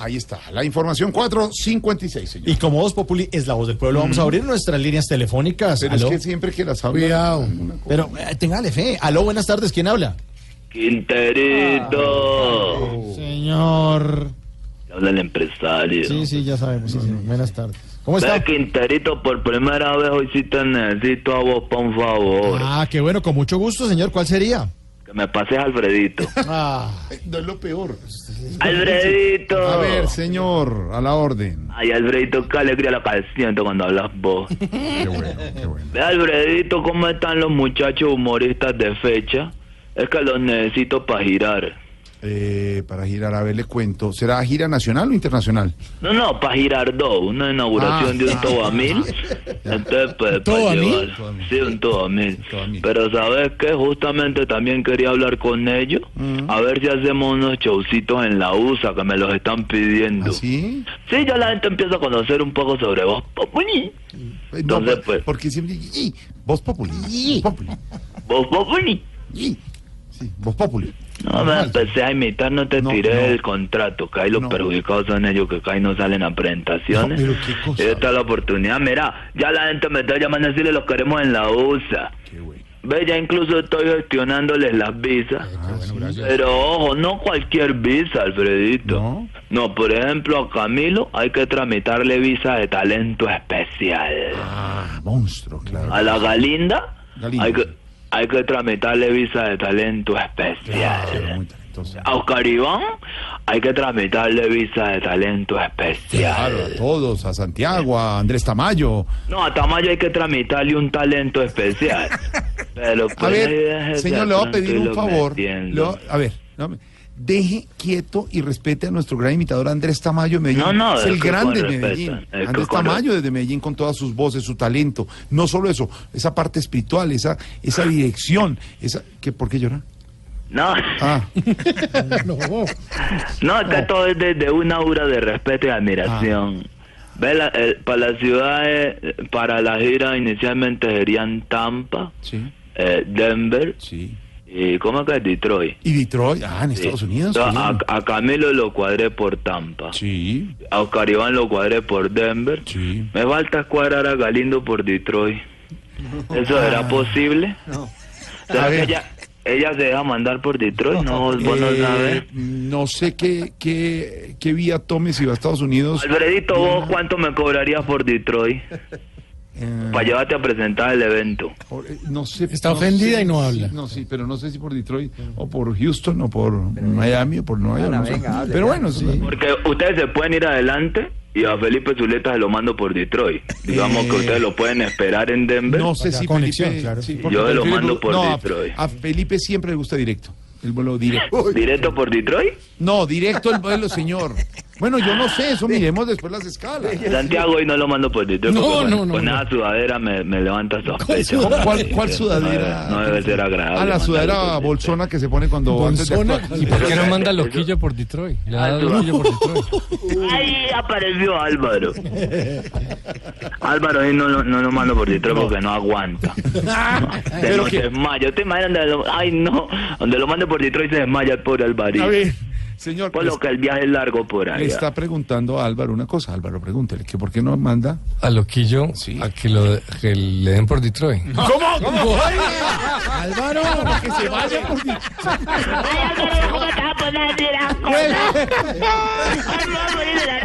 Ahí está, la información 456, señor. Y como Voz Populi es la voz del pueblo, vamos a abrir nuestras líneas telefónicas. Pero Aló. es que siempre que las habla... Cuidado. alguna cosa. Pero eh, téngale fe. Aló, buenas tardes. ¿Quién habla? Quinterito. Ah. Señor. Habla el empresario. Sí, sí, ya sabemos. Sí, sí. Buenas tardes. ¿Cómo Vea, está? Quinterito, por primera vez hoy sí te necesito a vos, por favor. Ah, qué bueno. Con mucho gusto, señor. ¿Cuál sería? Que me pases a Alfredito. Ah, Eh, No es lo peor. Ah. ¡Alfredito! A ver, señor, a la orden. Ay, Alfredito, qué alegría la que siento cuando hablas vos. Qué bueno, qué bueno. Vea, Alfredito, ¿cómo están los muchachos humoristas de fecha? Es que los necesito para girar. Eh, para girar, a ver, le cuento. ¿Será gira nacional o internacional? No, no, para girar dos. Una inauguración Ah. de un tobamil. Entonces, pues, para llevar. Sí, un tobamil. Tobamil. Pero, ¿sabes qué? Justamente también quería hablar con ellos. A ver si hacemos unos showcitos en la USA que me los están ¿Ah, pidiendo. ¿Así? Sí, ya la gente empieza a conocer un poco sobre vos. Populi. Eh, No, Entonces, por- pues. Porque siempre... y, Voz Populi. y, Populi. Vos, Populi. y. Sí, Voz Populi. No pues. me empecé a imitar, no te Ah, No, tiré no. el contrato, que ahí los No. perjudicados son ellos, que ahí no salen a presentaciones. No, pero qué cosa. Esta es la oportunidad, mira, ya la gente me está llamando a decirle los queremos en la USA. Qué bueno. Ve, ya incluso estoy gestionándoles las visas. Ah, sí. Pero ojo, no cualquier visa, Alfredito. No. No, por ejemplo, a Camilo hay que tramitarle visa de talento especial. Ah, monstruo, claro. A la Galinda, Galinda, hay, que, sí. hay que tramitarle visa de talento especial. Claro, muy talentoso. A Oscar Iván hay que tramitarle visa de talento especial. Claro, a todos, a Santiago, a Andrés Tamayo. No, a Tamayo hay que tramitarle un talento especial. Pero A pues, ver, déjese señor, le voy a tranquilo, pedir un me favor. entiendo. Le voy a- a ver, no, me- deje quieto y respete a nuestro gran imitador Andrés Tamayo de Medellín. No, no, es es el que grande con de respeto, Medellín. es que Andrés con Tamayo desde Medellín con todas sus voces, su talento. No solo eso, esa parte espiritual, esa, esa dirección, esa ¿qué, ¿por qué llora? No, Ah, no, es que Oh. todo es desde una aura de respeto y admiración. Ah. Ve la- el- para la ciudad, eh, para la gira inicialmente serían Tampa, sí, eh, Denver sí. y ¿cómo es que es Detroit? Y Detroit, ah, en Estados Sí. Unidos. Entonces, qué bien. a, a Camilo lo cuadré por Tampa. Sí, A Oscar Iván lo cuadré por Denver. sí. Me falta cuadrar a Galindo por Detroit. ¿Eso era posible? ¿Será Ah. A que ver. ella, ella se deja mandar por Detroit? No, vos vos no Eh, sabes. no sé qué, qué, qué vía tome si va a Estados Unidos. Alfredito, ¿vos cuánto me cobrarías por Detroit? Eh, Para llevarte a presentar el evento. Por- eh, no sé, Está no ofendida sé y no si- habla. no, sí, pero no sé si por Detroit o por Houston o por Miami o por Nueva York. no sé. pero bueno, sí. Porque ustedes se pueden ir adelante y a Felipe Zuleta se lo mando por Detroit. Digamos que ustedes lo pueden esperar en Denver. Eh. No sé La si conexión, Felipe, claro. sí, Yo porque lo Felipe- mando por no, a- Detroit. A, Felipe siempre le gusta directo. El vuelo directo. ¿Directo por Detroit? No, directo el vuelo, señor. Bueno, yo no sé, eso miremos después las escalas. Santiago hoy no lo mando por Detroit. No, porque con- no, no, Con no. esa sudadera me, me levanta sospecha. ¿Cuál- ¿Cuál, cuál sudadera? No, debe ser agradable. A la sudadera mandarlo por bolsona que se pone cuando antes de Bolsona. actuar. ¿Y por qué no manda loquillo por Detroit? Le da loquillo por Detroit. Detroit. Ahí apareció Álvaro. Álvaro hoy no, lo- no lo mando por Detroit porque no aguanta. Ah, Se Pero nos que- desmaya. Este ¿Usted imagina donde lo, ay, no, donde lo mande por Detroit se desmaya el pobre Alvarito. A ver, señor. Por Pues lo que el viaje es largo por Le ahí. está preguntando a Álvaro una cosa. Álvaro, pregúntele que por qué no manda. A loquillo a que, lo, que le den por Detroit. Álvaro, que se vaya por ti. Ay, Álvaro, ¿cómo te vas a poner a decir esas cosas? Ay, me voy a morir de la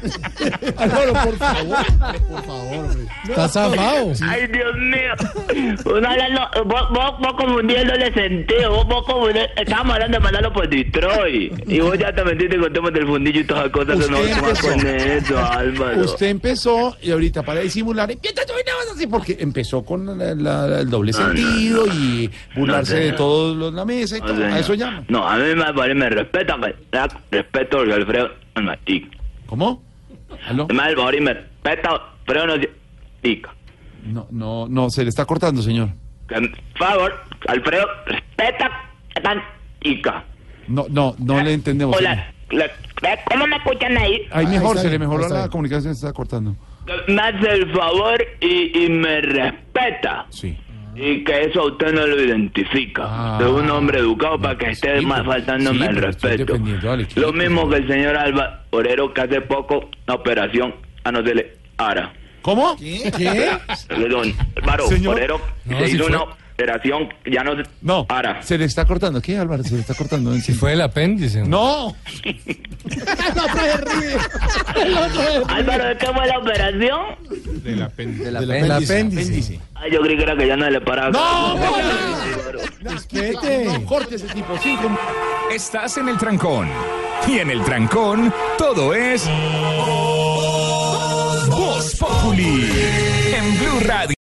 risa. Álvaro, por favor. Por favor, hombre. Estás amado. Ay, Dios mío. Uno hablando, vos, vos, vos confundiéndole sentido, vos, vos confundiendo, estábamos hablando de mandarlo por Detroit. Y vos ya te metiste con temas del fundillo y todas esas cosas que no Usted vas empezó. con eso, Álvaro. Usted empezó y ahorita para disimular empieza tú y no vas así porque empezó con la- la- la- el doble No, no, sentido y burlarse No, de señor. todos los la mesa y No, todo. A señor. eso llama. No, a mí me, parece- me respeta, me da respeto porque Alfredo. Y ¿Cómo? ¿Aló? Además, el favor y me respeta, pero no se- diga. No, no, no, se le está cortando, señor. Que, Por favor, Alfredo, respeta tan tica. No, no, no le entendemos. Hola, la- la- ¿cómo me escuchan ahí? Ahí Ahí mejor, está se le bien, ahí mejoró está la bien. comunicación, se está cortando. Que Me hace el favor y, y me respeta. Sí. Y que eso a usted no lo identifica. Ah. Usted es un hombre educado No, para que pues esté sí, más pero- faltándome sí, el pero estoy respeto. dependiendo al equipo. Lo mismo que el señor Alba Orero que hace poco una operación a no se le ara. ¿Cómo? ¿Qué? Perdón, Álvaro Señor. Orero No, se si hizo fue- una operación ya no se No, ara. se le está cortando. ¿Qué, Álvaro? Se le está cortando. Si fue el apéndice. No, Álvaro, ¿de qué fue la operación? El apéndice. Ay, yo creí que era que ya no le paraba. no, no. Vete. Corte ese tipo, cinco. Estás en el trancón. Y en el trancón, todo es. Voz Populi. En Blue Radio.